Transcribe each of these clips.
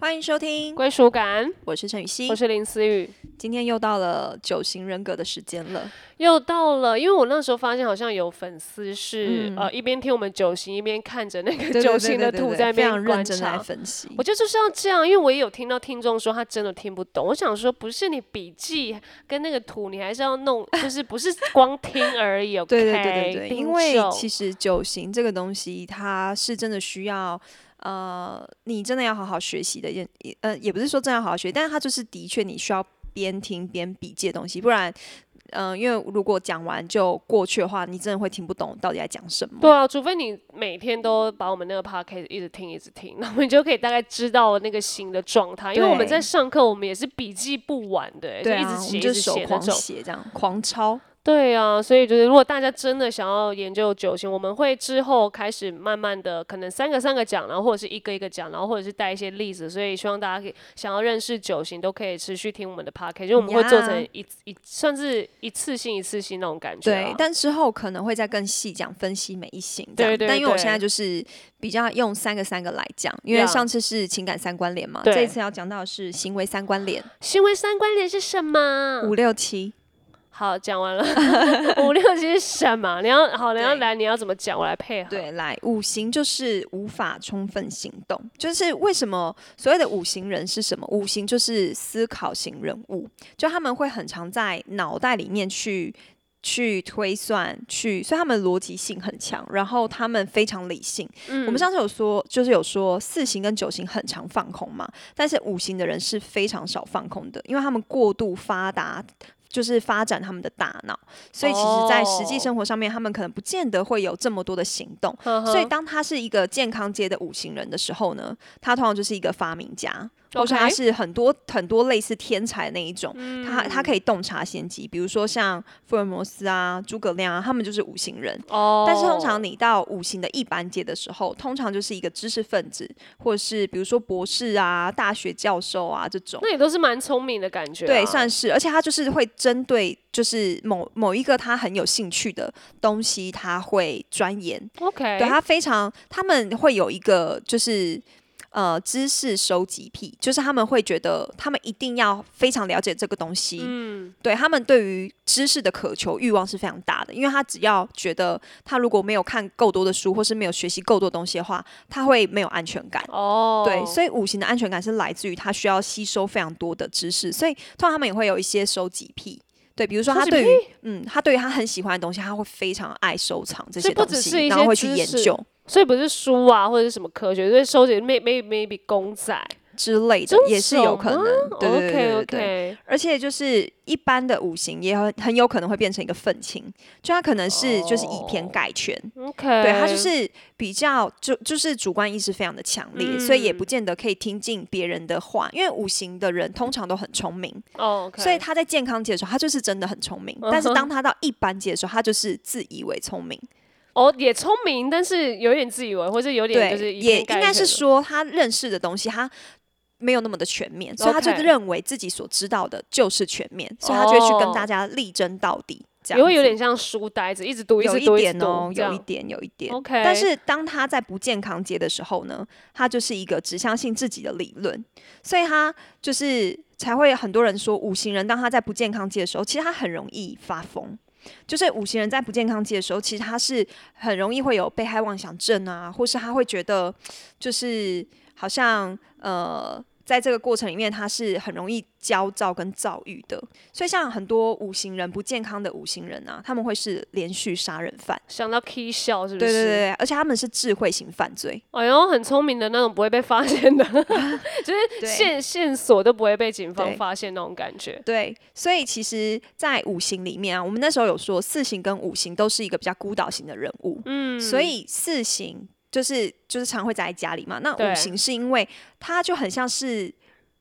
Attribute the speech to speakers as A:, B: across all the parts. A: 欢迎收听，
B: 归属感。
A: 我是陈雨希
B: 我，是林思雨，
A: 今天又到了九型人格的时间了。
B: 又到了，因为我那时候发现好像有粉丝是、
A: 嗯
B: 呃一边听我们九型，一边看着那
A: 对
B: 个
A: 对
B: 九
A: 对
B: 型的
A: 对对
B: 图
A: 对
B: 在那
A: 非
B: 边
A: 常认
B: 观
A: 真来
B: 察。
A: 分析
B: 我。觉得就是要这样，因为我也有听到听众说他真的听不懂。我想说，不是你笔记跟那个图，你还是要弄，就是不是光听而已。
A: 对
B: OK？
A: 对对对对，
B: 听
A: 因为
B: 众
A: 其实九型这个东西，它是真的需要。呃，你真的要好好学习的，也呃，也不是说真的要好好学，但是它就是的确你需要边听边笔记的东西，不然，嗯、因为如果讲完就过去的话，你真的会听不懂到底在讲什么。
B: 对啊，除非你每天都把我们那个 podcast 一直听一直听， 那我们就可以大概知道那个新的状态。因为我们在
A: 对
B: 上课，我们也是笔记不完的、欸，
A: 对
B: 就一
A: 啊，
B: 直
A: 我
B: 写
A: 们
B: 一
A: 就
B: 直
A: 手
B: 写那
A: 狂
B: 种。
A: 写这样，狂抄。
B: 对啊，所以就是如果大家真的想要研究九型，我们会之后开始慢慢的，可能三个三个讲，然后或者是一个一个讲，然后或者是带一些例子，所以希望大家可以想要认识九型，都可以持续听我们的 podcast，因为我们会做成
A: 呀
B: 一一算是一次性一次性那种感觉啊、
A: 对，但之后可能会再更细讲分析每一型这
B: 对
A: 样。
B: 对
A: 但因为我
B: 对
A: 现在就是比较用三个三个来讲，因为
B: Yeah
A: 上次是情感三关联嘛，
B: 对
A: 这一次要讲到的是行为三关联，
B: 行为三关联是什么？
A: 五六七。
B: 好，讲完了。五六七是什么？你要好，你要
A: 对
B: 来，你要怎么讲？我来配合。
A: 对，来五行就是无法充分行动，就是为什么所谓的五行人是什么？五行就是思考型人物，就他们会很常在脑袋里面去。去推算，去，所以他们逻辑性很强，然后他们非常理性。
B: 嗯
A: 我们上次有说，就是有说四型跟九型很常放空嘛，但是五型的人是非常少放空的，因为他们过度发达，就是发展他们的大脑，所以其实在实际
B: 哦
A: 生活上面，他们可能不见得会有这么多的行动。
B: 呵呵
A: 所以，当他是一个健康界的五行人的时候呢，他通常就是一个发明家，或者
B: OK
A: 他是很多很多类似天才那一种。他
B: 嗯
A: 他可以洞察先机，比如说像福尔摩斯啊、诸葛亮啊，他们就是五行人。
B: 哦，
A: 但是通常你到五行的一般界的时候，通常就是一个知识分子，或者是比如说博士啊、大学教授啊这种。
B: 那也都是蛮聪明的感觉啊、
A: 对，算是，而且他就是会针对就是某某一个他很有兴趣的东西，他会钻研。
B: OK。
A: 对他非常，他们会有一个就是呃知识收集癖，就是他们会觉得他们一定要非常了解这个东西，
B: 嗯，
A: 对他们对于知识的渴求欲望是非常大的，因为他只要觉得他如果没有看够多的书，或是没有学习够多东西的话，他会没有安全感。
B: 哦，
A: 对，所以五行的安全感是来自于他需要吸收非常多的知识，所以通常他们也会有一些收集癖。对，比如说
B: 收
A: 他
B: 集
A: 对于
B: 癖
A: 嗯，他对于他很喜欢的东西，他会非常爱收藏这
B: 所
A: 些
B: 以不
A: 东
B: 只是
A: 西，
B: 一
A: 然后
B: 些
A: 会去
B: 知
A: 研
B: 识
A: 究
B: 所以不是书啊，或者是什么科学，所以收集 may may maybe 公仔，
A: 之类的，也是有可能。
B: 啊
A: 对对对对
B: OK
A: 对对
B: OK，
A: 而且就是一般的五行也很很有可能会变成一个愤青，就他可能是就是以偏
B: 哦
A: 概全。
B: OK，
A: 对他就是比较就就是主观意识非常的强烈，所以也
B: 嗯
A: 不见得可以听进别人的话，因为五行的人通常都很聪明，
B: 哦，OK，
A: 所以他在健康界的时候他就是真的很聪明，但是
B: 嗯哼
A: 当他到一般界的时候，他就是自以为聪明，
B: 哦也聪明，但是有点自以为，或者有
A: 对，
B: 点就是以
A: 也
B: 偏
A: 应
B: 概
A: 该是
B: 全
A: 说他认识的东西他。没有那么的全面，所以他就
B: OK
A: 认为自己所知道的就是全面，所以他就会去跟
B: 哦
A: 大家力争到底，这
B: 也
A: 样
B: 会有
A: 子
B: 点像书呆子，一直读，一
A: 有
B: 直
A: 一
B: 读，一直
A: 点
B: 读
A: 哦，
B: 这
A: 有一
B: 样
A: 点，有一点。
B: OK，
A: 但是当他在不健康街的时候呢，他就是一个只相信自己的理论，所以他就是才会很多人说五行人，当他在不健康街的时候，其实他很容易发疯。就是五行人在不健康街的时候，其实他是很容易会有被害妄想症啊，或是他会觉得就是好像呃。在这个过程里面，他是很容易焦躁跟躁郁的，所以像很多五行人不健康的五行人啊，他们会是连续杀人犯。
B: 想到 K 笑是不
A: 对
B: 是？
A: 对对，对而且他们是智慧型犯罪，
B: 哎呦，很聪明的那种，不会被发现的， 就是
A: 啊对
B: 线线索都不会被警方
A: 对
B: 发现那种感觉。
A: 对，所以其实，在五行里面啊，我们那时候有说四行跟五行都是一个比较孤岛型的人物，
B: 嗯，
A: 所以四行就是就是常会宅在家里嘛，那
B: 对
A: 五行是因为他就很像是。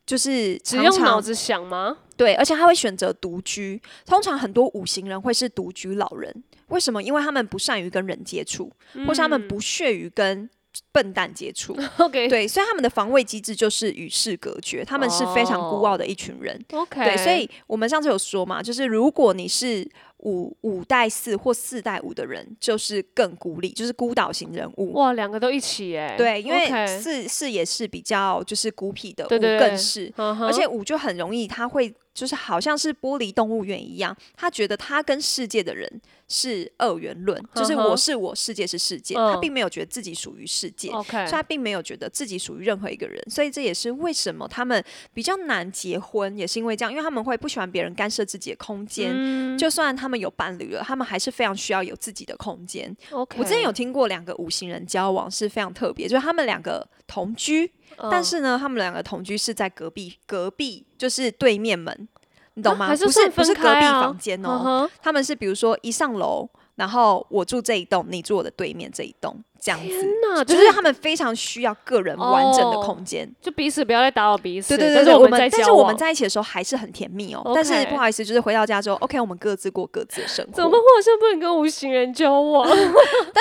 A: 就是
B: 只
A: 常
B: 用脑
A: 常
B: 子想吗？
A: 对，而且他会选择独居。通常很多五行人会是独居老人，为什么？因为他们不善于跟人接触，或是他们不屑于跟笨蛋接触。
B: 嗯 OK
A: 对，所以他们的防卫机制就是与世隔绝，他们是非常孤傲的一群人。
B: 哦 OK，
A: 对，所以我们上次有说嘛，就是如果你是五五代四或四代五的人，就是更孤立，就是孤岛型人物。
B: 哇，两个都一起哎、
A: 对，因为
B: OK
A: 四四也是比较就是孤僻的，
B: 对对
A: 五
B: 对
A: 更是，
B: 嗯哼
A: 而且五就很容易，他会就是好像是玻璃动物园一样，他觉得他跟世界的人是二元论，就是
B: 嗯哼
A: 我是我，世界是世界，
B: 嗯
A: 他并没有觉得自己属于世界。
B: OK，
A: 所以他并没有觉得自己属于任何一个人，所以这也是为什么他们比较难结婚，也是因为这样，因为他们会不喜欢别人干涉自己的空间。
B: 嗯
A: 就算他们有伴侣了，他们还是非常需要有自己的空间。
B: OK，
A: 我之前有听过两个五行人交往是非常特别，就是他们两个同居，
B: 嗯，
A: 但是呢，他们两个同居是在隔壁，隔壁就是对面门，你懂
B: 啊
A: 吗？
B: 还是
A: 不是
B: 算
A: 不是
B: 分
A: 隔
B: 开
A: 壁
B: 啊
A: 房间哦，
B: 嗯哼
A: 他们是比如说一上楼，然后我住这一栋，你住我的对面这一栋，这样子。
B: 那
A: 啊就
B: 就是
A: 他们非常需要个人完整的
B: 哦
A: 空间，
B: 就彼此不要再打扰彼此，
A: 对对对
B: 但
A: 对，
B: 是
A: 我
B: 们在
A: 但
B: 交
A: 是我们
B: 往
A: 在一起的时候还是很甜蜜哦。
B: OK
A: 但是不好意思，就是回到家之后，OK，我们各自过各自的生活。
B: 怎么会好像不能跟无形人交 往？
A: 但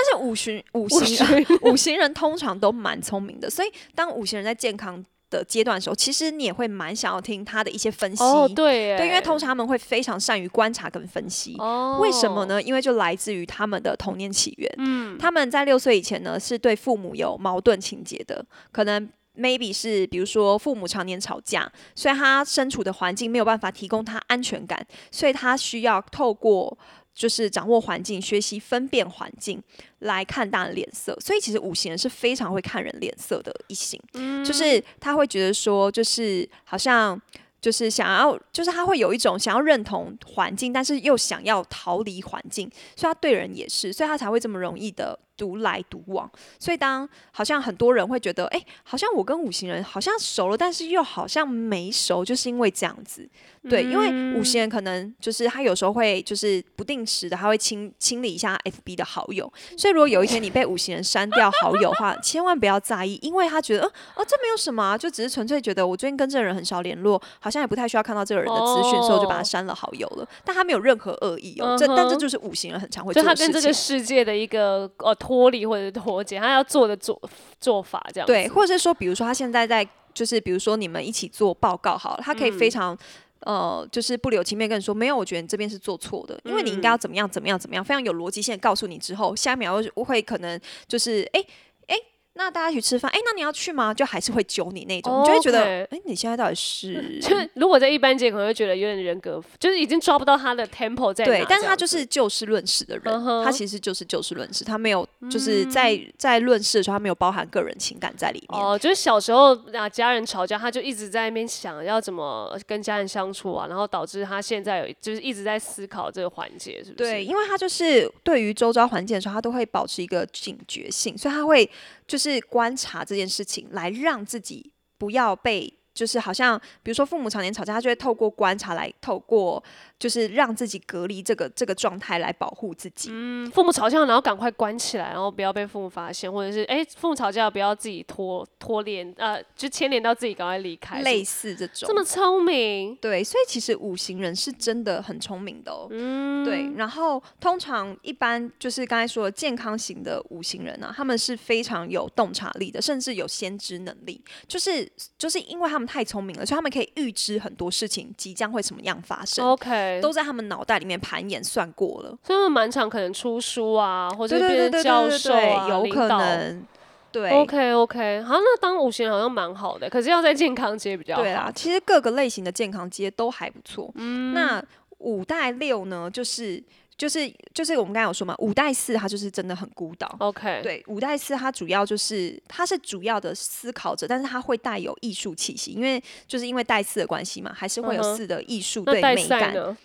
A: 是五行五
B: 无
A: 行人 五行人通常都蛮聪明的，所以当五行人在健康的阶段的时候，其实你也会蛮想要听他的一些分析。
B: 哦，对耶，
A: 对因为通常他们会非常善于观察跟分析。
B: 哦，
A: 为什么？呢？因为就来自于他们的童年起源。
B: 嗯，
A: 他们在六岁以前呢，是对父母有矛盾情节的，可能 maybe 是比如说父母常年吵架，所以他身处的环境没有办法提供他安全感，所以他需要透过。就是掌握环境，学习分辨环境，来看大人脸色。所以其实五行人是非常会看人脸色的一行，就是他会觉得说，就是好像就是想要，就是他会有一种想要认同环境，但是又想要逃离环境，所以他对人也是，所以他才会这么容易的独来独往。所以当好像很多人会觉得，哎、好像我跟五行人好像熟了，但是又好像没熟，就是因为这样子。对，因为五行人可能就是他有时候会就是不定时的，他会清清理一下 FB 的好友，所以如果有一天你被五行人删掉好友的话，千万不要在意，因为他觉得，呃哦，这没有什么啊，就只是纯粹觉得我最近跟这个人很少联络，好像也不太需要看到这个人的资讯，所以我就把他
B: 哦
A: 删了好友了。但他没有任何恶意哦，这但
B: 嗯
A: 这
B: 哼
A: 就是五行人很常会
B: 就
A: 做
B: 他
A: 的事
B: 跟
A: 情。
B: 这个世界的一个呃脱离或者是脱节，他要做的做做法这样子。
A: 对，或者是说，比如说他现在在，就是比如说你们一起做报告好了，他可以
B: 嗯
A: 非常。呃，就是不留情面跟你说，没有，我觉得你这边是做错的，因为你应该
B: 嗯
A: 要怎么样怎么样怎么样，非常有逻辑性地告诉你之后，下一秒会会可能就是哎哎、诶那大家一起吃饭，哎、那你要去吗？就还是会揪你那种，你就会觉得，哎
B: 哦 OK、
A: 你现在到底是
B: 就是如果在一般界可能会觉得有点人格，就是已经抓不到他的 tempo 在哪这
A: 对
B: 样子。，
A: 但是他就是就事论事的人，
B: 嗯哼嗯
A: 他其实就是就事论事，他没有就是在、在论事的时候，他没有包含个人情感在里面。
B: 哦，就是小时候啊，家人吵架，他就一直在那边想要怎么跟家人相处啊，然后导致他现在有就是一直在思考这个环节，是不是？
A: 对，，因为他就是对于周遭环境的时候，他都会保持一个警觉性，所以他会就是观察这件事情，来让自己不要被。就是好像，比如说父母常年吵架，他就会透过观察来，透过就是让自己隔离这个这个状态来保护自己。
B: 嗯，父母吵架，然后赶快关起来，然后不要被父母发现，或者是哎、父母吵架不要自己拖拖连，呃，就牵连到自己，赶快离开。
A: 类似
B: 似
A: 这种
B: 这么聪明，
A: 对，所以其实五行人是真的很聪明的哦。
B: 嗯
A: 对。然后通常一般就是刚才说的健康型的五行人啊，他们是非常有洞察力的，甚至有先知能力。就是就是因为他们太聪明了，所以他们可以预知很多事情即将会什么样发生，
B: 哦 OK，
A: 都在他们脑袋里面盘演算过了。
B: 所以他们满场可能出书啊，或者
A: 对
B: 哦是
A: 对对对对
B: 变成教
A: 对
B: 授
A: 对，
B: 啊，
A: 有
B: 领
A: 可
B: 导
A: 能。对
B: OK OK，好，那当五行人好像蛮好的，可是要在健康街比较好。
A: 对啦，其实各个类型的健康街都还不错。
B: 嗯
A: 那五代六呢，就是就是就是我们刚才有说嘛，五代四它就是真的很孤岛。
B: OK，
A: 对，五代四它主要就是它是主要的思考者，但是它会带有艺术气息，因为就是因为代四的关系嘛，还是会有
B: 嗯哼
A: 四的艺术
B: 那
A: 对
B: 带
A: 美
B: 赛
A: 感。
B: 呢？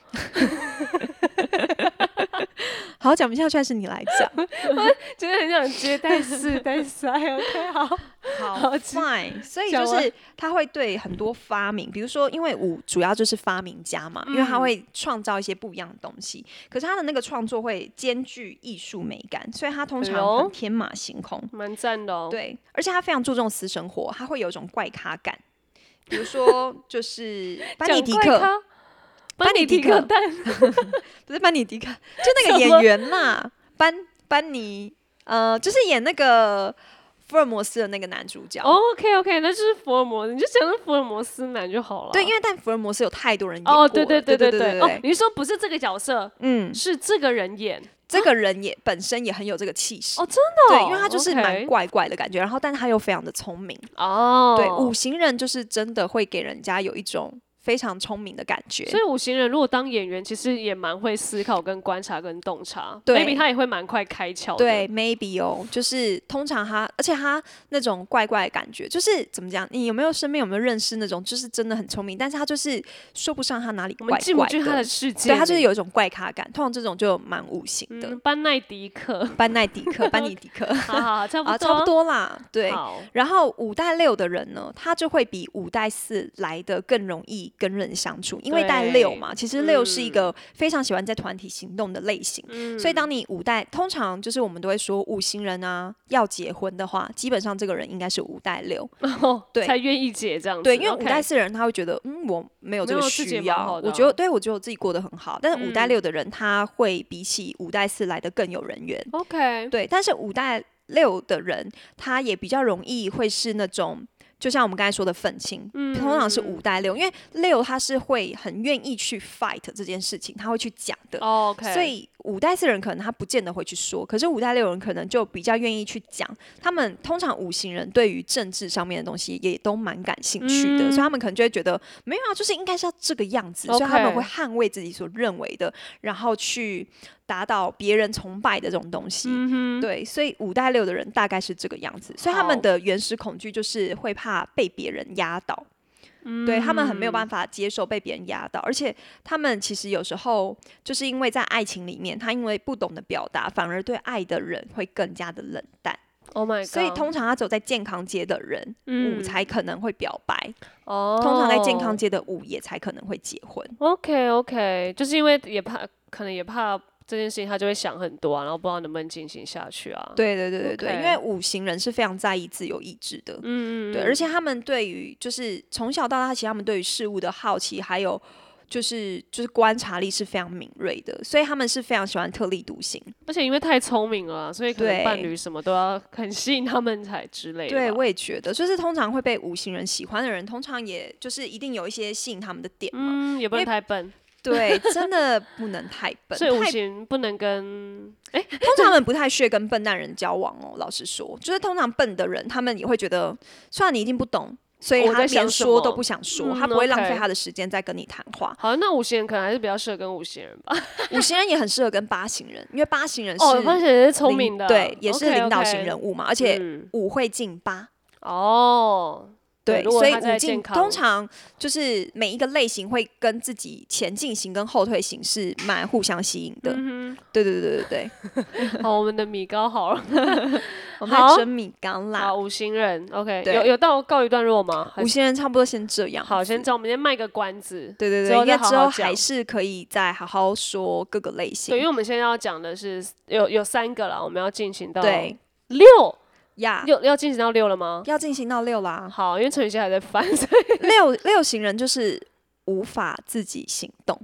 A: 好，讲不下去还是你来讲。
B: 就是很想接带四带三，OK 好，
A: 好
B: 好继续
A: ，fine。所以
B: 讲
A: 就
B: 完
A: 是他会对很多发明，比如说，因为五主要就是发明家嘛，因为
B: 嗯
A: 他会创造一些不一样的东西。可是他的那个创作会兼具艺术美感，所以他通
B: 哎呦
A: 常很天马行空。
B: 蛮赞的哦。，
A: 对，而且他非常注重私生活，他会有一种怪咖感。比如 说，就是班尼迪克，，
B: 班尼迪
A: 班
B: 克
A: 尼迪克
B: 蛋，
A: 不是班尼迪克， 就那个
B: 什么
A: 演员啦，班班尼，呃，就是演那个《福尔摩斯的那个男主角。
B: OK OK，那就是福尔摩斯，你就讲是福尔摩斯男就好了。
A: 对，因为但福尔摩斯有太多人演过
B: 哦，
A: 了，
B: 对
A: 对
B: 对
A: 对
B: 对
A: 对
B: 哦，你是说不是这个角色，
A: 嗯，
B: 是这个人演
A: 这个人也本身也很有这个气势，
B: 哦，真的、哦，
A: 对，因为他就是蛮
B: OK
A: 怪怪的感觉，然后但他又非常的聪明，
B: 哦，
A: 对，五行人就是真的会给人家有一种非常聪明的感觉，
B: 所以五行人如果当演员，其实也蛮会思考、跟观察、跟洞察。
A: 对
B: maybe 他也会蛮快开窍的。
A: 对，maybe 哦，就是通常他，而且他那种怪怪的感觉，就是怎么讲？你有没有身边有没有认识那种，就是真的很聪明，但是他就是说不上他哪里
B: 我
A: 怪
B: 们进不
A: 怪
B: 去他的
A: 的，
B: 世界
A: 对
B: 里。
A: 他就是有一种怪咖感。通常这种就蛮无形的，
B: 嗯，班奈 迪克，
A: 班奈迪 克、班尼迪克
B: 好好好，差不多，
A: 啊，差不多啦，对。
B: 好，
A: 然后五代六的人呢，他就会比五代四来的更容易跟人相处，因为代六嘛，其实六是一
B: 嗯
A: 个非常喜欢在团体行动的类型，所以当你五代，通常就是我们都会说五行人啊，要结婚的话，基本上这个人应该是五代六，
B: 哦
A: 对
B: 才愿意解这样子。
A: 对，因为
B: OK
A: 五代四的人他会觉得，嗯，我没有这
B: 没
A: 个
B: 有自己也
A: 需
B: 蛮
A: 要，
B: 好的啊嗯
A: 我觉得对我觉得我自己过得很好，但是五代六的人他会比起五代四来的更有人缘，
B: OK，
A: 对，但是五代六的人，他也比较容易会是那种，就像我们刚才说的愤青，
B: 嗯
A: 通常是五代六，因为六他是会很愿意去 fight 这件事情，他会去讲的。
B: 哦 OK，
A: 所以五代四人可能他不见得会去说，可是五代六人可能就比较愿意去讲。他们通常五行人对于政治上面的东西也都蛮感兴趣的，
B: 嗯
A: 所以他们可能就会觉得没有啊，就是应该是要这个样子
B: OK
A: 所以他们会捍卫自己所认为的，然后去达到别人崇拜的这种东西。
B: 嗯
A: 对，所以五代六的人大概是这个样子，所以他们
B: 好
A: 的原始恐惧就是会怕被别人压倒。
B: 嗯
A: 对他们很没有办法接受被别人压倒，而且他们其实有时候就是因为在爱情里面，他因为不懂得表达，反而对爱的人会更加的冷淡。
B: Oh my God，
A: 所以通常他只有在健康街的人，五
B: 嗯
A: 才可能会表白，
B: 哦，
A: 通常在健康街的五也才可能会结婚。
B: OK OK，就是因为也怕，可能也怕这件事情，他就会想很多啊，然后不知道能不能进行下去啊。
A: 对对对对对
B: OK
A: 因为五行人是非常在意自由意志的，
B: 嗯，嗯嗯，
A: 对，而且他们对于就是从小到大，其实他们对于事物的好奇，还有就是就是观察力是非常敏锐的，所以他们是非常喜欢特立独行。
B: 而且因为太聪明了啊，所以可能
A: 对
B: 伴侣什么都要很吸引他们才之类的吧。
A: 对，我也觉得，就是通常会被五行人喜欢的人，通常也就是一定有一些吸引他们的点嘛。
B: 嗯，也不
A: 因
B: 能
A: 为
B: 太笨，
A: 对，真的不能 太笨，
B: 所以五
A: 太
B: 行不能跟
A: 通常他们不太屑跟笨蛋人交往哦。老实说，就是通常笨的人，他们也会觉得，虽然你一定不懂，所以
B: 哦
A: 他
B: 我在
A: 连
B: 想什
A: 说都
B: 么
A: 不想说，
B: 嗯
A: 他不会浪费
B: ，OK
A: 他的时间在跟你谈话。
B: 好，那五行人可能还是比较适合跟五行人吧。
A: 五行人也很适合跟八型人，因为八型人是
B: 哦，发现也是聪
A: 领
B: 明的，
A: 对，也是领导型
B: OK，OK
A: 人物嘛，而且
B: 嗯
A: 五会进八。
B: 哦，
A: 对，
B: 如果
A: 所以
B: 他在
A: 五进
B: 健康
A: 通常就是每一个类型会跟自己前进型跟后退型是蛮互相吸引的。
B: 嗯
A: 对对对对对，
B: 哼，好，我们的米糕 好了，
A: 我们在
B: 好
A: 蒸米缸啦
B: 好，。五行人，OK，
A: 对
B: 有有到告一段落吗？还
A: 五
B: 是
A: 行人差不多先这样。
B: 好，先这样，我们先卖个关子。
A: 对对
B: 之
A: 对，
B: 后
A: 应该
B: 再好
A: 之后
B: 好讲
A: 还是可以再好好说各个类型
B: 对，因。为我们现在要讲的是有有三个了，我们要进行到
A: 对
B: 六
A: 呀，
B: 六要进行到六了吗？
A: 要进行到六啦。
B: 好，因为陈雨欣还在翻，所以
A: 六六型人就是无法自己行动。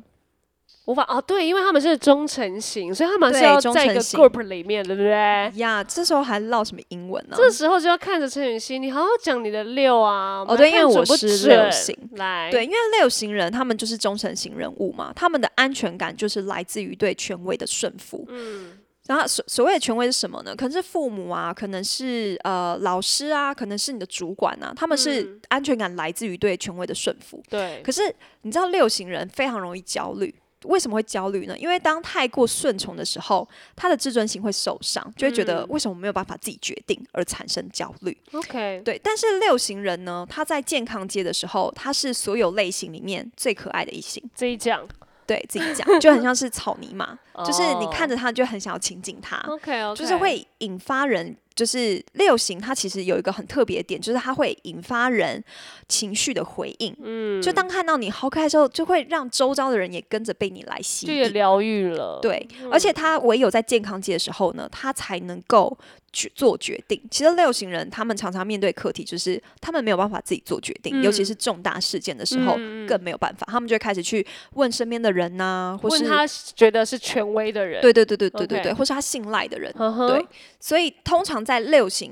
B: 无法哦，对，因为他们是忠诚型，所以他们是
A: 对
B: 要
A: 忠
B: 在一
A: 诚
B: 个
A: 型嗯
B: group 里面，对不对？
A: 呀，这时候还唠什么英文呢？
B: 这时候就要看着陈雨欣，你好好讲你的六啊。们
A: 哦对
B: 来看
A: 因为我
B: 准不
A: 是
B: 准
A: 六型，
B: 来，
A: 对，因为六型人他们就是忠诚型人物嘛，他们的安全感就是来自于对权威的顺服。嗯，然后所所谓的权威是什么呢？可能是父母啊，可能是呃老师啊，可能是你的主管啊，他们是安全感来自于对权威的顺服。
B: 对，
A: 可是你知道六型人非常容易焦虑。为什么会焦虑呢？因为当太过顺从的时候，他的自尊心会受伤，就会觉得为什么没有办法自己决定而产生焦虑。
B: OK，
A: 对，但是六型人呢，他在健康街的时候，他是所有类型里面最可爱的一型。
B: 这一讲
A: 对自己讲，就很像是草泥 马，就是你看
B: 着
A: 着他就很想要亲近他，
B: OK 哦 OK，
A: 就是会引发人。就是六型，它其实有一个很特别的点，就是它会引发人情绪的回应。嗯，就当看到你好可爱的时候，就会让周遭的人也跟着被你来吸
B: 就也
A: 引。
B: 疗愈了。
A: 对，而
B: 嗯
A: 且他唯有在健康界的时候呢，他才能够去做决定。其实六型人他们常常面对课题，就是他们没有办法自己做决定，尤其
B: 嗯
A: 是重大事件的时候，更没有办法，他们就会开始去问身边的人呐、或
B: 问
A: 是
B: 他觉得是权威的人，嗯
A: 对对对对对对对
B: OK
A: 或是他信赖的人，
B: 呵呵，
A: 对，所以通常在六型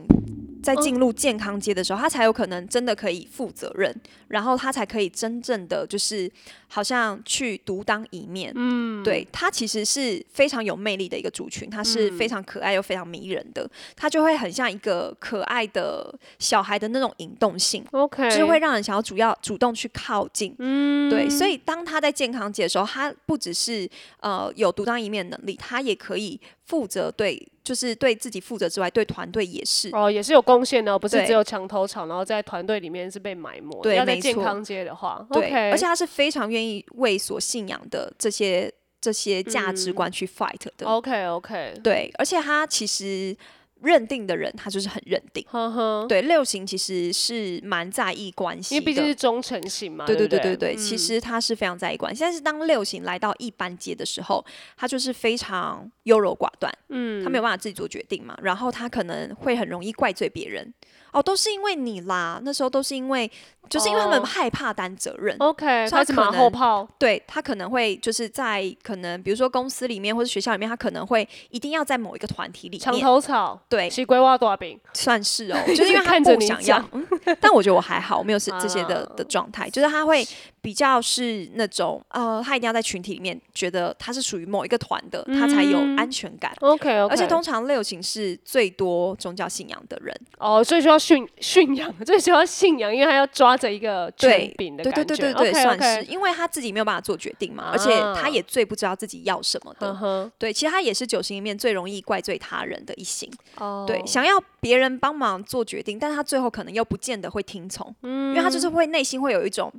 A: 在进入健康街的时候，他才有可能真的可以负责任，然后他才可以真正的就是好像去独当一面。嗯，对他其实是非常有魅力的一个族群，他是非常可爱又非常迷人的，他就会很像一个可爱的小孩的那种引动性。
B: OK，
A: 就是会让人想要主要主动去靠近，嗯，对，所以当他在健康节的时候，他不只是呃有独当一面的能力，他也可以负责对，就是对自己负责之外，对团队也是。
B: 哦，也是有贡献的哦，不是
A: 对
B: 只有墙头草，然后在团队里面是被埋没的。
A: 对
B: 要在
A: 没
B: 健
A: 错
B: 康街的话
A: 对
B: ，OK，
A: 而且他是非常愿意为所信仰的这些这些价值
B: 嗯
A: 观去 fight 的。
B: OK OK，
A: 对，而且他其实认定的人，他就是很认定。
B: 呵呵，
A: 对，六型其实是蛮在意关系
B: 因
A: 的，
B: 为毕竟是忠诚性嘛，
A: 对
B: 对
A: 对
B: 不
A: 对
B: 对
A: 对，
B: 嗯
A: 其实他是非常在意关系，但是当六型来到一班阶的时候，他就是非常优柔寡断，嗯，他没有办法自己做决定嘛，然后他可能会很容易怪罪别人，哦，都是因为你啦，那时候都是因为，就是因为他们
B: 哦
A: 害怕担责任，
B: OK，
A: 以
B: 他
A: 他
B: 是
A: 可
B: 马后
A: 能
B: 炮，
A: 对他可能会就是在可能比如说公司里面或者学校里面，他可能会一定要在某一个团体里
B: 墙
A: 面，
B: 头草，
A: 对，
B: 西瓜挖大饼。
A: 算是 哦，就是因为他
B: 看着
A: 不
B: 你
A: 想要
B: 讲，
A: 嗯但我觉得我还好，我没有是这些的
B: 啊
A: 的状态，就是他会比较是那种呃，他一定要在群体里面觉得他是属于某一个团的，他才有安全感。
B: OK 嗯 OK，
A: 而且通常六型是最多宗教信仰的人，
B: 哦，最需要驯驯养， 最需要信仰，因为他要抓着一个
A: 对
B: 权柄的
A: 对
B: 感觉。
A: 对对对对，
B: OK
A: 算
B: OK，嗯
A: 是，因为他自己没有办法做决定嘛，而且
B: 啊
A: 他也最不知道自己要什么
B: 呵
A: 的。
B: 呵，
A: 对，其实他也是九型里面最容易怪罪他人的一型。
B: 哦，
A: 对，想要别人帮忙做决定，但他最后可能又不见得会听从，因为他就是会内心会有一种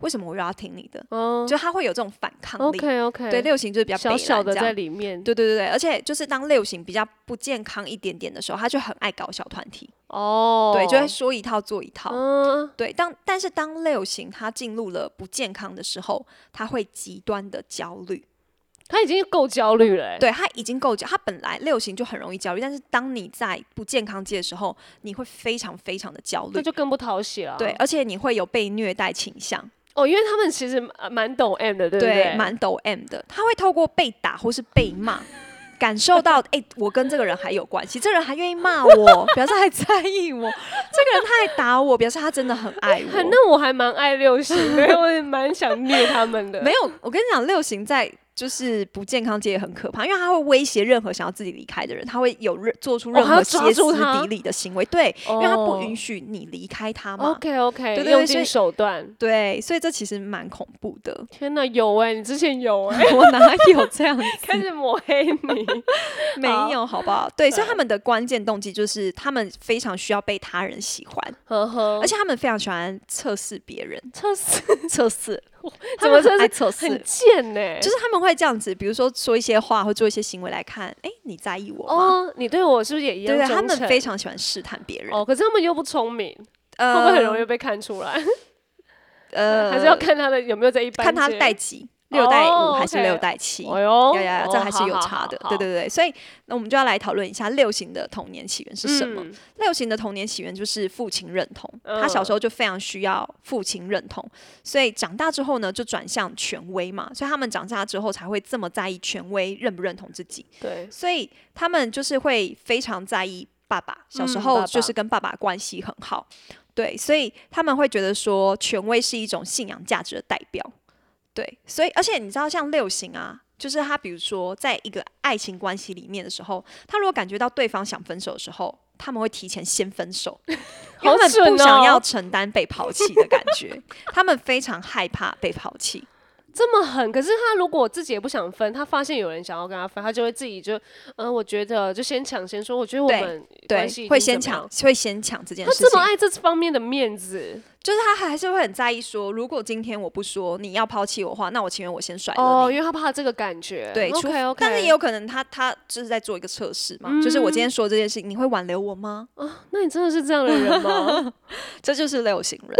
A: 为什么我又要听你的，
B: 嗯哦
A: 就他会有这种反抗力。
B: ，OK OK，
A: 对，，六型就是比较
B: 小
A: 北
B: 小
A: 蓝
B: 的
A: 这
B: 在
A: 样
B: 里面，
A: 对对对对，而且就是当六型比较不健康一点点的时候，他就很爱搞小团体，
B: 哦，
A: 对，就会说一套做一套。
B: 嗯，
A: 对，当但是当六型他进入了不健康的时候，他会极端的焦虑。
B: 他已经够焦虑了欸，
A: 对他已经够焦，他本来六型就很容易焦虑，但是当你在不健康界的时候，你会非常非常的焦虑
B: 欸这。就更不讨喜了。
A: 对，而且你会有被虐待倾向，
B: 哦，因为他们其实蛮蛮懂 M 的，对不对？
A: 蛮抖 M 的，他会透过被打或是被 骂，感受到，哎、我跟这个人还有关系，这个人还愿意骂 我，表示还在意我，这个人他还打我，表示他真的很爱我。
B: 很那我还蛮爱六星的， 我也蛮想虐他们的。
A: 没有，我跟你讲，六型在就是不健康界也很可怕，因为他会威胁任何想要自己离开的人，他会有任做出
B: 哦
A: 任
B: 他要
A: 何
B: 抓
A: 歇
B: 住
A: 斯
B: 他
A: 底里的行为，对，因为他不允
B: 许。
A: 许你离开他嘛。
B: OK OK，
A: 对对对
B: 哦用
A: 所
B: 尽
A: 以
B: 手段。。
A: 对，所以这其实蛮恐怖的
B: 天哪，有哎、你之前有哎、
A: 我哪有这 样子？
B: 开始抹黑 你。
A: 没有，好不好？对，所以他们的关键动机就是他们非常需要被他人喜欢，
B: 呵呵
A: 而，且他们非常喜欢测试别人，
B: 测 试
A: 测试，
B: 怎么测
A: 爱
B: 试？
A: 测
B: 很
A: 试？
B: 贱欸呢、
A: 就是他们会这样子，比如说说一些话或做一些行为来看，哎、你在意我吗？
B: 哦，你对我是不是也一
A: 对
B: 样
A: 对，
B: 忠
A: 他
B: 诚？
A: 们非常喜欢试探别人，
B: 哦，可是他们又不聪明，
A: 呃
B: 会不会很容易被看出来？
A: 呃
B: 还是要看他的有没有在一般
A: 看他
B: 街
A: 带几六带五
B: 哦
A: 还是
B: ，OK
A: 六带七？
B: 哎呦，
A: 呀呀，
B: 哦
A: 这还是有差的，对。
B: 好好好好
A: 对对，所以那我们就要来讨论一下六型的童年起源是什么。
B: 嗯
A: 六型的童年起源就是父亲认同，
B: 嗯
A: 他小时候就非常需要父亲认同，所以长大之后呢，就转向权威嘛，所以他们长大之后才会这么在意权威认不认同自己，
B: 对，
A: 所以他们就是会非常在意爸爸，小时
B: 嗯爸
A: 候
B: 爸
A: 就是跟爸爸关系很好，对，所以他们会觉得说权威是一种信仰价值的代表，对，所以而且你知道像六型啊。就是他，比如说，在一个爱情关系里面的时候，他如果感觉到对方想分手的时候，他们会提前先分手，因
B: 好
A: 为他
B: 准
A: 们不想
B: 哦
A: 要承担被抛弃的感觉，他们非常害怕被抛 弃。
B: 这么狠，可是他如果自己也不想分，他发现有人想要跟他分，他就会自己就，嗯，我觉得就先抢先说，我觉得我
A: 对
B: 们关
A: 对
B: 系已，
A: 会
B: 经
A: 先
B: 怎么
A: 抢
B: 样，，
A: 会先抢这件
B: 他
A: 事情
B: 这。么爱这方面的面子，
A: 就是他还是会很在意说，如果今天我不说你要抛弃我的话，那我情愿我先甩了你。
B: 哦，因为他怕这个感觉，
A: 对除
B: ，OK OK，
A: 但是也有可能他他就是在做一个测试嘛，就是我今天说这件事情，你会挽留我吗？
B: 那你真的是这样的 人吗？
A: 这就是六型 人，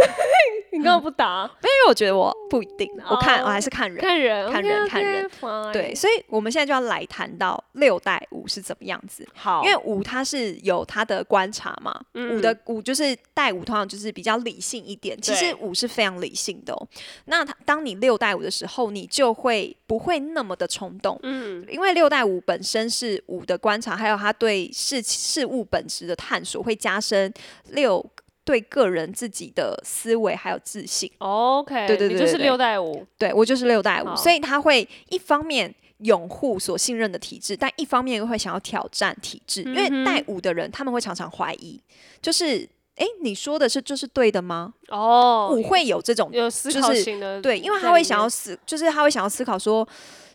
B: 你干嘛不打？
A: 因为我觉得我不一定，啊我看、
B: 哦
A: 我还是看人。
B: 看人，
A: 看人
B: OK，OK，
A: 看人
B: fine
A: 对，，所以我们现在就要来谈到六代五是怎么样子。
B: 好，嗯
A: 因为五它是有它的观察嘛，五的五就是带五通常就是比较理性一一点。其
B: 对
A: 实五是非常理性的、哦。那它当你六带五的时候，你就会不会那么的冲动，嗯，因为六带五本身是五的观察，还有他对事事物本质的探索，会加深六对个人自己的思维还有自信。
B: OK，
A: 对对对
B: 你就是
A: 对对
B: 六带五，
A: 对我就是六代五，
B: 好
A: 所以他会一方面拥护所信任的体制，但一方面又会想要挑战体制，因
B: 嗯
A: 为带五的人他们会常常怀疑，就是诶，你说的是就是对的吗？
B: 哦，
A: 五会有这种
B: 有思
A: 就
B: 考
A: 是
B: 型的，
A: 对，因为他会想要思，就是他会想要思考说，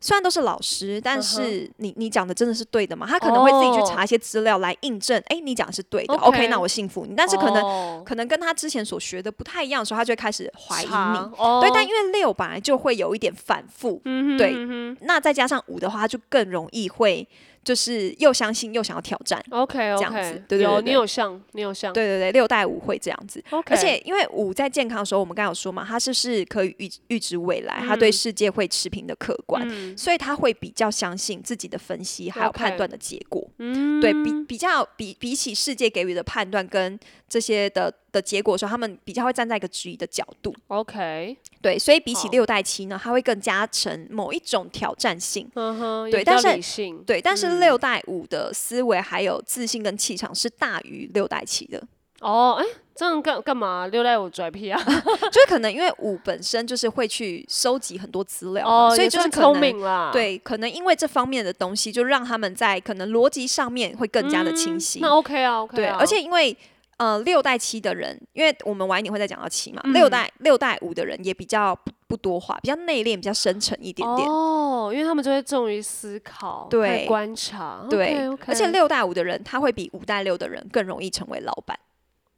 A: 虽然都是老师，
B: 嗯
A: 但是你你讲的真的是对的吗？他可能会自己去查一些资料来印证，诶，你讲的是对的
B: 哦 OK 哦
A: ，OK，那我信服你。但是可能可能跟他之前所学的不太一样的时候，他就会开始怀疑你。
B: 哦，
A: 对，但因为六本来就会有一点反复，
B: 嗯哼
A: 对
B: 嗯
A: 那再加上五的话，它就更容易会就是又相信又想要挑战。
B: 哼，OK
A: 这样
B: OK，
A: 子对对
B: 有
A: 对
B: 你
A: 对
B: 有像，你有像，
A: 对对对，六代五会这样子。
B: ，OK，
A: 而且因为五在健康的时候，我们刚刚有说嘛，它是是可以预预知未来，它对世界会持平的客观，
B: 嗯
A: 所以他会比较相信自己的分析还有
B: OK
A: 判断的结果。
B: 嗯，
A: 对比比较比比起世界给予的判断跟这些的的结果的时候，他们比较会站在一个质疑的角度。
B: OK，
A: 对，所以比起
B: 好
A: 六代七呢，它会更加成某一种挑战性。
B: 嗯哼，
A: 对
B: 也比较
A: 但是
B: 理性，
A: 对，但
B: 嗯
A: 是六代五的思维还有自信跟气场是大于六代七的，
B: 哦，哎，这样干干嘛？六带五拽屁啊，
A: 就是可能因为五本身就是会去收集很多资料嘛，
B: 哦，
A: 啊所以
B: 也
A: 就是
B: 算
A: 可
B: 聪
A: 能
B: 明啊啦，。
A: 对，可能因为这方面的东西，就让他们在可能逻辑上面会更加的清晰。
B: 那 OK 啊，OK
A: 对，
B: 啊
A: 而且因为呃六代七的人，因为我们晚一点会再讲到七嘛，
B: 嗯
A: 六代六代五的人也比较不不多话，比较内敛，比较深沉一点点。
B: 哦，因为他们就会重于思考，
A: 对
B: 还观察，
A: 对
B: OK，OK
A: 而且六代五的人，他会比五代六的人更容易成为老板。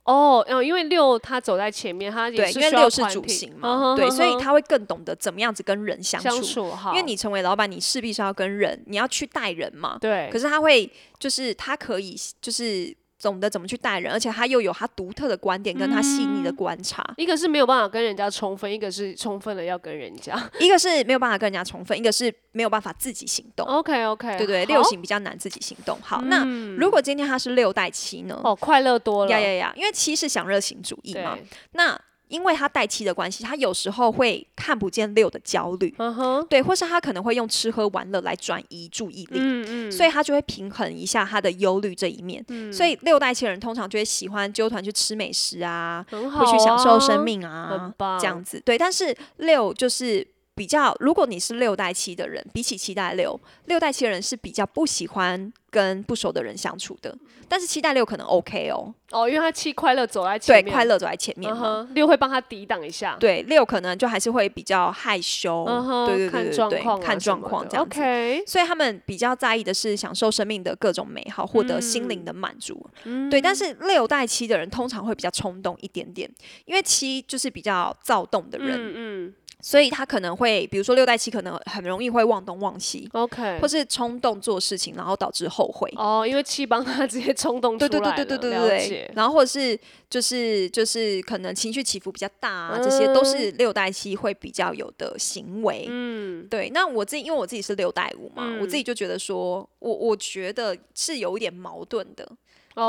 B: 哦，哦，因为六他走在前面，他也
A: 对，
B: 是
A: 因为
B: 需要
A: 六是
B: 团
A: 主
B: 体
A: 星嘛，
B: 嗯哼
A: 对，
B: 哼
A: 所以
B: 哼
A: 他会更懂得怎么样子跟人相处。
B: 相处好，
A: 因为你成为老板，你势必是要跟人，你要去带人嘛。
B: 对，
A: 可是他会，就是他可以，就是懂得怎么去带人，而且他又有他独特的观点，跟他细腻的观察。
B: 一个是没有办法跟人家充分，一个是充分的要跟人家。
A: 一个是没有办法跟人家重分，一个是没有办法自己行动。
B: OK OK，
A: 对对，六型比较难自己行动。好，那如果今天他是六代七呢？
B: 嗯哦，快乐多了，
A: 呀呀呀，因为七是享乐型主义
B: 对，
A: 嘛。那因为他带七的关系，他有时候会看不见六的焦虑。
B: 嗯哼，
A: 对，或是他可能会用吃喝玩乐来转移注意力，
B: 嗯嗯，
A: 所以他就会平衡一下他的忧虑这一面。
B: 嗯
A: 所以六代亲人通常就会喜欢纠团去吃美食啊，
B: 很好、
A: 会
B: 啊，
A: 去享受生，命
B: 很
A: 啊，
B: 棒，
A: 这样子。对，但是六就是。比较，如果你是六代七的人，比起七代六，六代七的人是比较不喜欢跟不熟的人相处的，但是七代六可能 OK 哦，
B: 哦，因为他七快乐走在前
A: 对，
B: 面，
A: 快，乐走在前面
B: 嗯
A: 嘛。
B: 哼，六会帮他抵挡一下，
A: 对，六可能就还是会比较害羞，
B: 嗯哼，
A: 对对对
B: 看
A: 对
B: 状
A: 对
B: 况啊什么的，
A: 看状况这样子。
B: OK，
A: 所以他们比较在意的是享受生命的各种美好，获得心灵的满足。对，但是六代七的人通常会比较冲动一点点，因为七就是比较躁动的人，
B: 嗯嗯
A: 所以他可能会，比如说六代七可能很容易会忘东忘西，
B: ，OK，
A: 或是冲动做事情，然后导致后悔。
B: 哦，因为七帮他直接冲动出
A: 对
B: 来
A: 对对对
B: 了，
A: 对对
B: 了
A: 对对
B: 解，，
A: 然后或者是就是就是可能情绪起伏比较大啊，这些都是六代七会比较有的行为。
B: 嗯，
A: 对，那我自己因为我自己是六代五嘛，我自己就觉得说，我我觉得是有一点矛盾的，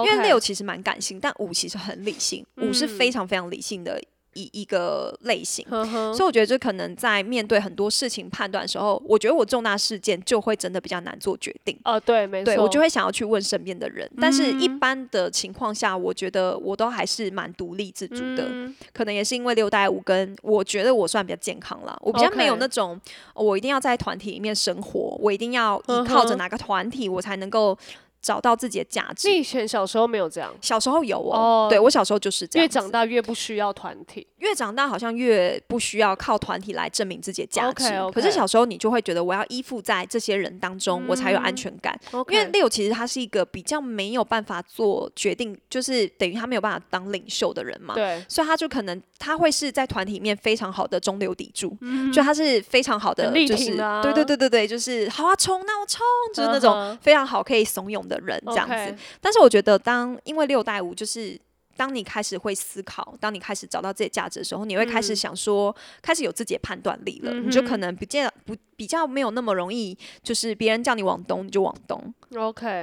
B: 因
A: 因为六其实蛮感性，但五其实很理性，五是
B: 嗯
A: 非常非常理性的一一个类型。
B: 呵呵
A: 所以我觉得，这可能在面对很多事情判断的时候，我觉得我重大事件就会真的比较难做决定。
B: 哦，对，没错，嗯
A: 对，我就会想要去问身边的人，但是一般的情况下，我觉得我都还是蛮独立自主的。
B: 嗯
A: 可能也是因为六代五跟我觉得我算比较健康啦，我比较
B: OK
A: 没有那种呃我一定要在团体里面生活，我一定要
B: 嗯
A: 依靠着哪个团体我才能够找到自己的价值。
B: 你以前小时候没有这样，
A: 小时候有哦，
B: 哦
A: 对我小时候就是这样
B: 越
A: 子。
B: 长大越不需要团体。
A: 越长大，好像越不需要靠团体来证明自己的价值。
B: OK，OK
A: 可是小时候你就会觉得我要依附在这些人当中，我才有安全感。
B: OK，
A: 因为六其实他是一个比较没有办法做决定，就是等于他没有办法当领袖的人嘛。
B: 对，
A: 所以他就可能他会是在团体里面非常好的中流砥柱，就他是非常好的
B: 嗯很，力
A: 就
B: 挺
A: 是
B: 啊
A: 对对对对对，就是好啊冲，那我冲，就是那
B: 嗯
A: 种
B: 哼
A: 非常好可以怂恿的人这样子
B: OK。
A: 但是我觉得当因为六代五就是。当你开始会思考，当你开始找到自己的价值的时候，你会
B: 嗯
A: 开始想说，开始有自己的判断力了，你就可能不见不比较没有那么容易，就是别人叫你往东你就往东，
B: OK，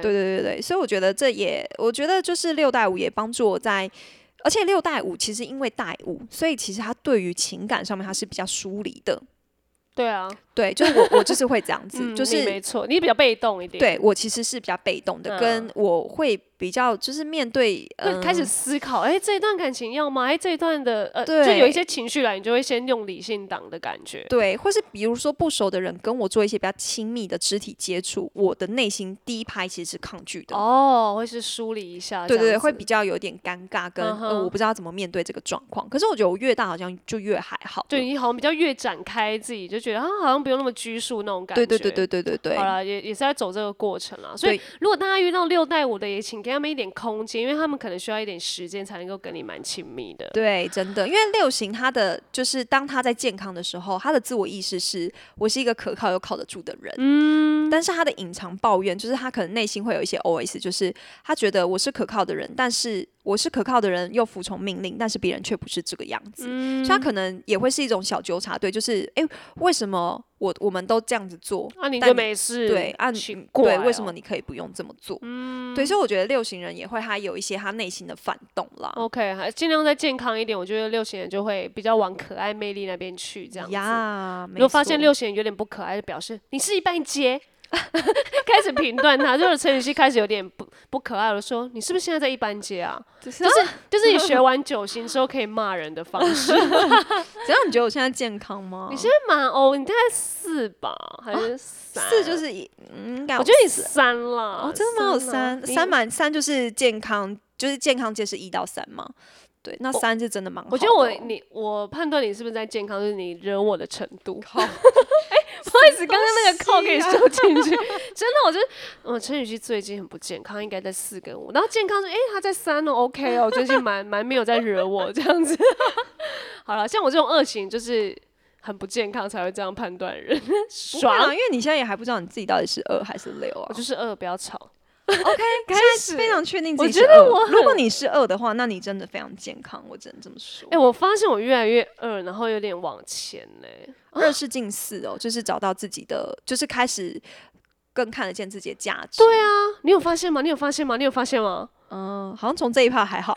A: 对 对对对，所以我觉得这也，我觉得就是六代五也帮助我在而且六带五其实因为带五，所以其实他对于情感上面他是比较疏离的。
B: 对啊，
A: 对，就是我我就是会这 样子，
B: 嗯，
A: 就
B: 你
A: 是
B: 没错，你比较被动一点，，
A: 对我其实是比较被动的，
B: 嗯
A: 跟我会比较就是面对
B: 会
A: 嗯
B: 开始思考，哎、这一段感情要吗？哎、这一段的呃，
A: 对
B: 就有一些情绪来，你就会先用理性挡的感觉。
A: 对，或是比如说不熟的人跟我做一些比较亲密的肢体接触，我的内心第一拍其实是抗拒的。
B: 哦，会是梳理一下，
A: 对对
B: 这
A: 对，
B: 样
A: 会
B: 子
A: 比较有点尴尬跟，
B: 嗯
A: 呃，
B: 哼
A: 我不知道怎么面对这个状况。可是我觉得我越大好像就越还好了。
B: 对你好像比较越展开自己，就觉得啊，好像不用那么拘束那种感
A: 对
B: 觉。
A: 对对对对对对
B: 好啦，也也是在走这个过程啦。所以
A: 对
B: 如果大家遇到六带五的，也请给他们一点空间，因为他们可能需要一点时间才能够跟你蛮亲密的。
A: 对，真的，因为六型他的就是当他在健康的时候，他的自我意识是我是一个可靠又靠得住的人，嗯，但是他的隐藏抱怨就是他可能内心会有一些 OS，就是他觉得我是可靠的人，但是我是可靠的人又服从命令，但是别人却不是这个样子，
B: 嗯
A: 所以他可能也会是一种小纠察队，就是诶，为什么我我们都这样子做，
B: 啊，你
A: 但
B: 就
A: 你
B: 没事，
A: 对，按
B: 奇
A: 嗯
B: 怪
A: 对，
B: 哦
A: 为什么你可以不用这么做？嗯，对，所以我觉得六型人也会他有一些他内心的反动啦。
B: ？OK，还尽量再健康一点。我觉得六型人就会比较往可爱魅力那边去，这样子。
A: 呀，
B: 如
A: 没
B: 果发现
A: 错
B: 六型人有点不可爱，就表示你是一半截， 开始评断他。就是陈雨希开始有点不不可爱了，说你是不是现在在一班街啊？
A: 就是
B: 就是你学完九型之后可以骂人的方 式。
A: 怎样？你觉得我现在健康吗？
B: 你现在蛮哦欧，你大概四吧，还是三？
A: 四就是一嗯，应该有
B: 我觉得你
A: 四
B: 三啦，
A: 哦，真的吗？有
B: 啦
A: 三
B: 你
A: 三满三就是健康，就是健康界是一到三嘛。对，那三是真的蛮好的哦。
B: 我觉得我你我判断你是不是在健康，就是你惹我的程 度。哎
A: 靠
B: 不好意思，刚刚那个扣可以
A: 东啊
B: 收进去。真的，我觉得我陈雨希最近很不健康，应该在四跟五。然后健康是哎、她在三哦 ，OK 哦，最近蛮蛮没有在惹我这样子。好了，像我这种恶行就是很不健康才会这样判断人，
A: 不会啊啦
B: 爽。
A: 因为你现在也还不知道你自己到底是二还是六
B: 我
A: 啊。
B: 哦就是二，不要吵。
A: OK，现在非常确定自己
B: 我觉
A: 是
B: 得
A: 二
B: 我
A: 如果你是二的话，那你真的非常健康，我只能这么说
B: 哎、。我发现我越来越二，然后有点往前呢、
A: 二是近似哦，就是找到自己的，就是开始更看得见自己的价值。
B: 对啊，你有发现吗？你有发现吗？你有发现吗？
A: 嗯，好像从这一趴还 好，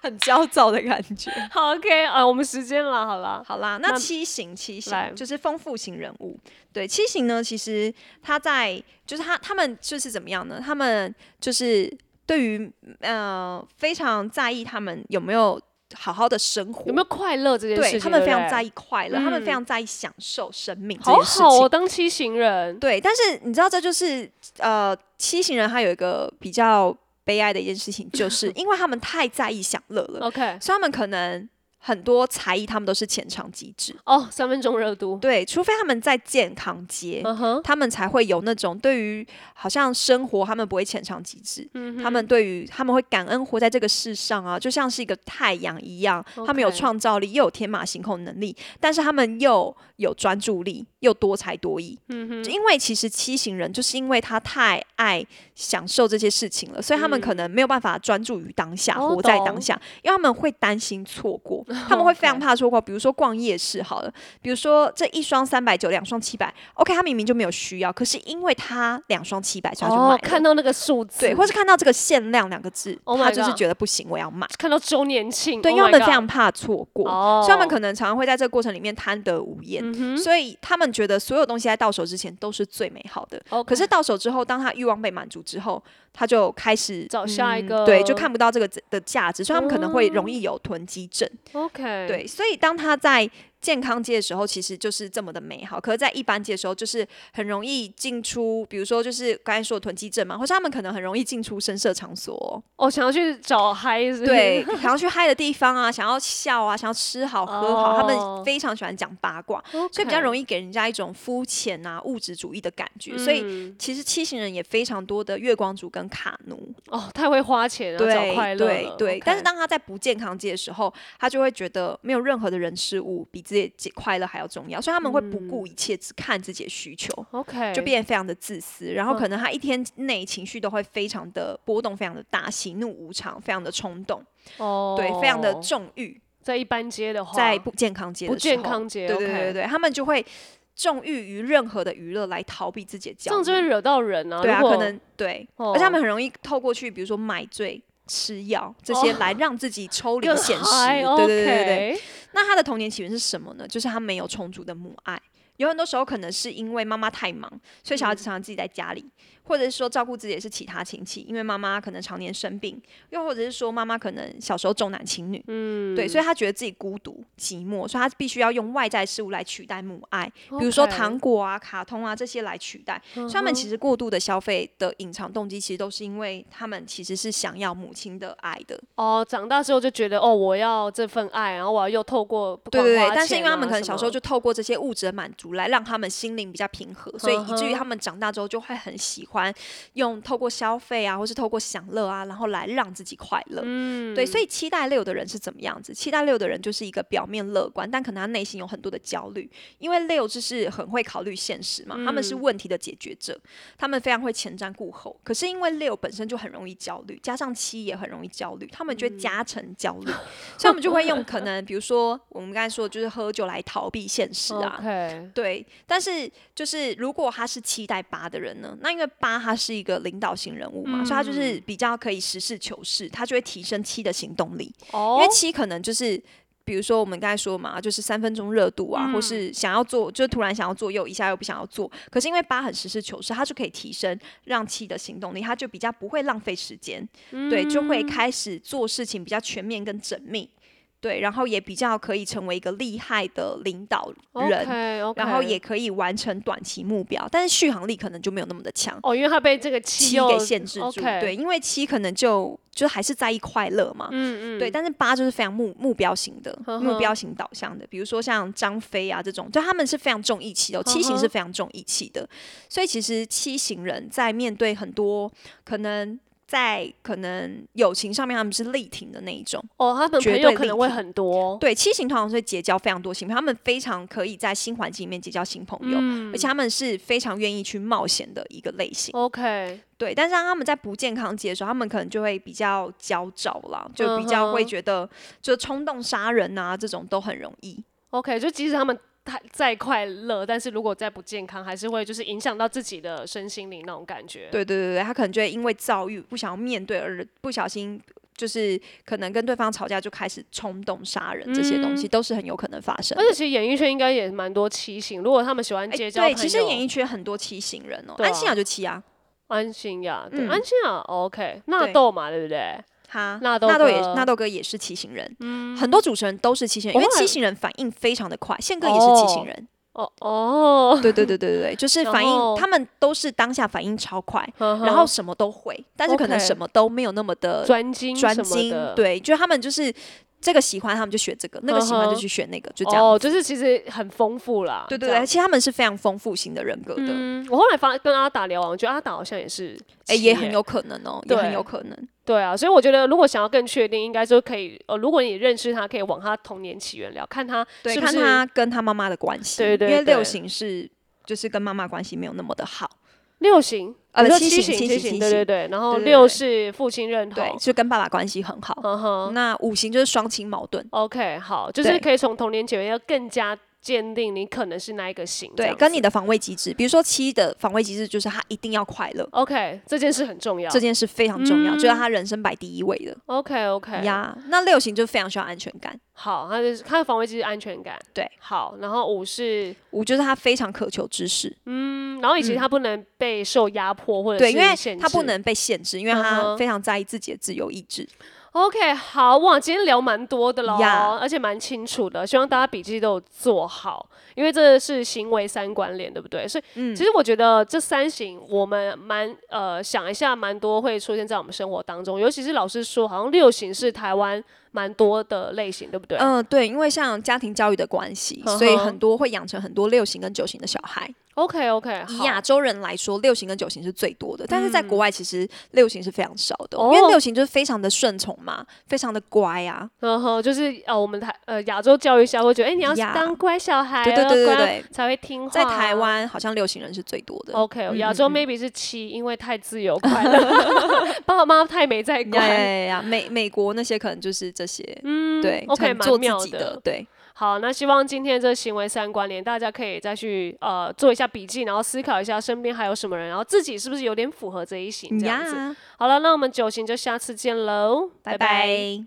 A: 很焦躁的感觉。
B: 好，OK，啊、我们时间了，好啦，
A: 好啦，那
B: 那
A: 七型七
B: 来
A: 型就是丰富型人物。对，七型呢，其实他在就是他他们就是怎么样呢？他们就是对于呃非常在意他们有没有好好的生活，
B: 有没有快乐这件事
A: 对
B: 情？
A: 他们非常
B: 对不对
A: 在意快乐，他们非
B: 嗯
A: 常在意享受生命这
B: 好
A: 件事
B: 好
A: 情。
B: 哦，当七行人，
A: 对，但是你知道，这就是呃，七型人他有一个比较悲哀的一件事情，就是 因为他们太在意享乐了，
B: OK，
A: 所以他们可能很多才艺他们都是浅尝即止。
B: 哦，三分钟热度，
A: 对，除非他们在健康街，
B: 嗯哼，
A: 他们才会有那种对于好像生活，他们不会浅尝即止。
B: 嗯哼
A: 他们对于他们会感恩活在这个世上啊，就像是一个太阳一样，他们有
B: OK
A: 创造力，又有天马行空能力，但是他们又有专注力，又多才多艺。
B: 嗯
A: 就
B: 哼，
A: 因为其实七型人就是因为他太爱享受这些事情了，所以他们可能没有办法专注于当下，
B: 嗯哦
A: 活在
B: 懂哦
A: 当下，因为他们会担心错过，他们会非常怕错过。比如说逛夜市好了，比如说这一双三百九，两双七百，OK，他明明就没有需要，可是因为他两双七百，所以他就买
B: 哦
A: 了，。
B: 看到那个数字，
A: 对，或是看到这个限量两个字
B: Oh
A: 他
B: my
A: 就是
B: God
A: 觉得不行，我要买。
B: 看到周年庆，
A: 对，因
B: oh
A: 为他
B: my
A: 们非
B: God
A: 常怕错过
B: 哦嗯
A: 所以他们可能常常会在这个过程里面贪得无厌。所以他们觉得所有东西在到手之前都是最美好的。
B: OK
A: 可是到手之后，当他欲望被满足之后，他就开始
B: 找下一
A: 嗯
B: 个哦
A: 对，就看不到这个的价值，所以他们可能会容易有囤积症。
B: OK，，
A: 对，所以当他在健康界的时候，其实就是这么的美好；可是，在一般界的时候，就是很容易进出，比如说就是刚才说的囤积症嘛，或是他们可能很容易进出深色场所 哦、
B: 哦，想要去找嗨，是不是
A: 对，想要去嗨的地方啊，想要笑啊，想要吃好喝好，他
B: 哦
A: 们非常喜欢讲八卦，
B: ，OK，
A: 所以比较容易给人家一种肤浅啊、物质主义的感觉。所以
B: 嗯
A: 其实七型人也非常多的月光族跟卡奴，
B: 哦，太会花钱了，找快
A: 对
B: 乐
A: 对
B: 了
A: 对。
B: ，OK
A: 但是当他在不健康界的时候，他就会觉得没有任何的人事物比自己的快乐还要重要，所以他们会不
B: 嗯
A: 顾一切，只看自己的需求。
B: OK
A: 就变得非常的自私，然后
B: 嗯
A: 可能他一天内情绪都会非常的波动，非常的大，喜怒无常，非常的冲动，
B: 哦，
A: 对，非常的纵欲。
B: 在一般街的话，
A: 在不健康节的
B: 不
A: 时候
B: 健康节，
A: 对对
B: OK
A: 对对，他们就会纵欲于任何的娱乐来逃避自己的
B: 这
A: 焦
B: 样就会
A: 虑。
B: 惹到人啊。
A: 对啊，
B: 如果
A: 可能对，
B: 哦
A: 而且他们很容易透过去，比如说买醉、吃药这些
B: 哦
A: 来让自己 抽离
B: 更
A: 现实。
B: 嗨
A: 对对对对对。
B: 哎 OK
A: 那他的童年起源是什么呢？就是他没有充足的母爱。有很多时候可能是因为妈妈太忙，所以小孩
B: 嗯
A: 子常常自己在家里，或者是说照顾自己也是其他亲戚，因为妈妈可能常年生病，又或者是说妈妈可能小时候重男轻女，嗯，对，所以他觉得自己孤独寂寞，所以他必须要用外在事物来取代母爱，比如说
B: OK 嗯
A: 糖果啊、卡通啊这些来取代。所以他们其实过度的消费的隐藏动机，其实都是因为他们其实是想要母亲的爱的。
B: 哦，长大之后就觉得哦，我要这份爱，然后我要又透过不
A: 对
B: 管
A: 对对
B: 花，
A: 但是因为
B: 钱
A: 他们
B: 啊
A: 可能
B: 什
A: 小时
B: 么
A: 候就透过这些物质的满足来让他们心灵比较平和，所以以至于他们长大之后就会很喜欢用透过消费啊，或是透过享乐啊，然后来让自己快乐。嗯，对，所以期待六的人是怎么样子？期待六的人就是一个表面乐观，但可能他内心有很多的焦虑，因为六就是很会考虑现实嘛，他们是问题的解决者，他们非常会前瞻顾后。可是因为六本身就很容易焦虑，加上七也很容易焦虑，他们就会加成焦虑。所以我们就会用可能，比如说我们刚才说，的就是喝酒来逃避现实
B: 哦
A: 啊。
B: OK，
A: 对，但是就是如果他是期待八的人呢，那因为八他是一个领导型人物嘛，所以他
B: 嗯
A: 就是比较可以实事求是，他就会提升七的行动力，因
B: 哦
A: 为，七可能就是。比如说我们刚才说嘛，就是三分钟热度啊，或
B: 嗯
A: 是想要做，就突然想要做，又一下又不想要做。可是因为八很实事求是，他就可以提升让七的行动力，他就比较不会浪费时间。对，就会
B: 嗯
A: 开始做事情比较全面跟缜密，对，然后也比较可以成为一个厉害的领导人
B: OK OK，
A: 然后也可以完成短期目标，但是续航力可能就没有那么的强。
B: 哦，因为他被这个气
A: 七
B: 又
A: 给限制住
B: OK
A: 对，因为七可能就就还是在意快乐嘛，嗯嗯，对，但是八就是非常目目标型的
B: 呵呵
A: 目标型导向的，比如说像张飞啊这种，就他们是非常重义气的哦，
B: 呵呵
A: 七型是非常重义气的，所以其实七型人在面对很多可能在可能友情上面他们是力挺的那一种，
B: 哦，他们
A: 绝
B: 朋友
A: 对
B: 可
A: 力
B: 能会
A: 挺
B: 很多，
A: 对，七型通常是会结交非常多新朋友，他们非常可以在新环境里面结交新朋
B: 嗯
A: 友，而且他们是非常愿意去冒险的一个类型。
B: OK，
A: 对，但是当他们在不健康期的时候，他们可能就会比较焦躁啦，就比较会
B: 嗯哼
A: 觉得就冲动杀人啊这种都很容易。
B: OK，就即使他们太再快乐，但是如果再不健康，还是会就是影响到自己的身心灵那种感觉。
A: 对对对对，他可能就会因为遭遇不想要面对而不小心。就是可能跟对方吵架就开始冲动杀人，这些
B: 嗯
A: 东西都是很有可能发生的
B: 而。且其实演艺圈应该也蛮多畸形，如果他们喜欢
A: 哎
B: 结交朋
A: 对，
B: 友，
A: 其实演艺圈很多七型人哦，
B: 对
A: 安心
B: 啊
A: 雅就七啊，
B: 安心雅，对
A: 嗯
B: 安心雅 OK，纳
A: 对嗯
B: 豆嘛，对不对？
A: 哈，
B: 纳豆
A: 豆也
B: 哥嗯
A: 纳豆哥也是七型人，很多主持人都是七型人，因为
B: 偶尔
A: 七型人反应非常的快，宪哥也是七型人，
B: 哦哦，
A: 对对对对对对，就是
B: 然
A: 反应，
B: 后
A: 他们都是当下反应超快，
B: 然
A: 然后什么都会，但是可能
B: OK
A: 什么都没有那么的
B: 专精
A: 专
B: 什么
A: 精
B: 的，
A: 对，就他们就是这个喜欢他们就学这个，那个喜欢
B: 嗯
A: 就
B: 哼
A: 去学那个，就这样。
B: 哦，就是其实很丰富啦。
A: 对对
B: 这
A: 对，
B: 样
A: 其实他们是非常丰富型的人格的，
B: 嗯，我后来发跟阿达聊完，我觉得阿达好像也是，
A: 哎，也很。有可能哦，也
B: 对
A: 很有可能。
B: 对啊，所以我觉得如果想要更确定，应该就可以，呃，如果你认识他，可以往他童年起源聊，看他
A: 对，
B: 是不
A: 看
B: 是
A: 他跟他妈妈的关系，
B: 对对
A: 因为
B: 对
A: 六型是就是跟妈妈关系没有那么的好。
B: 六型
A: 呃
B: 你说
A: 七
B: 七
A: 型七
B: 七
A: 型
B: 型，
A: 七
B: 对对
A: 型
B: 对，然后
A: 对对
B: 六
A: 对
B: 是父亲认
A: 对，
B: 同，
A: 就跟爸爸关系很好。
B: 嗯哼
A: 那五行就是双亲矛盾，
B: ，OK，好，就是
A: 对
B: 可以从童年起源要更加坚定你可能是哪一个型，这
A: 对，
B: 样
A: 跟
B: 子
A: 你的防卫机制，比如说七的防卫机制就是他一定要快乐，
B: OK 这件事很重要
A: 这件事非常重
B: 嗯
A: 要，就是他人生摆第一位的
B: ，OK OK，
A: 呀。那六型就非常需要安全感，
B: 好，他就是他的防卫机制安全感，
A: 对，
B: 好，然后五是
A: 五就是他非常渴求知识，
B: 嗯，然后以及他不能被受压迫或者
A: 对，
B: 是
A: 因为
B: 限制
A: 他不能被限制，因为
B: 嗯
A: 他
B: 哼
A: 非常在意自己的自由意志。
B: OK，好哇，今天聊蛮多的喽
A: Yeah
B: 而且蛮清楚的，希望大家笔记都有做好，因为这是行为三关联，对不对？所以、
A: 嗯
B: 其实我觉得这三型我们蛮呃想一下，蛮多会出现在我们生活当中，尤其是老师说，好像六型是台湾蛮多的类型，对不对？
A: 嗯，对，因为像家庭教育的关系，
B: 嗯哼
A: 所以很多会养成很多六型跟九型的小孩。
B: OK OK，
A: 以
B: 好，嗯
A: 亚洲人来说，六型跟九型是最多的，但是在国外其实六型是非常少的，
B: 哦
A: 因为六型就是非常的顺从嘛，非常的乖啊，
B: 嗯哼，就是呃，我们台呃亚洲教育下会觉得，哎、你要
A: Yeah
B: 当乖小孩、哦，
A: 对对对对
B: 乖
A: 对
B: 才会听话、啊
A: 在台。湾好像六型人是最多的。嗯
B: OK，亚洲 maybe 是七，因为太自由快乐，爸爸妈妈太没在
A: 呀呀
B: 管。
A: 呀呀！美美国那些可能就是这这些，
B: 嗯
A: 对
B: ，OK，
A: 很
B: 蛮
A: 做自
B: 妙
A: 己对，
B: 好，那希望今天这行为三关联，大家可以再去呃做一下笔记，然后思考一下身边还有什么人，然后自己是不是有点符合这一型这样子。
A: 呀，
B: 好了，那我们九型就下次见喽，
A: 拜拜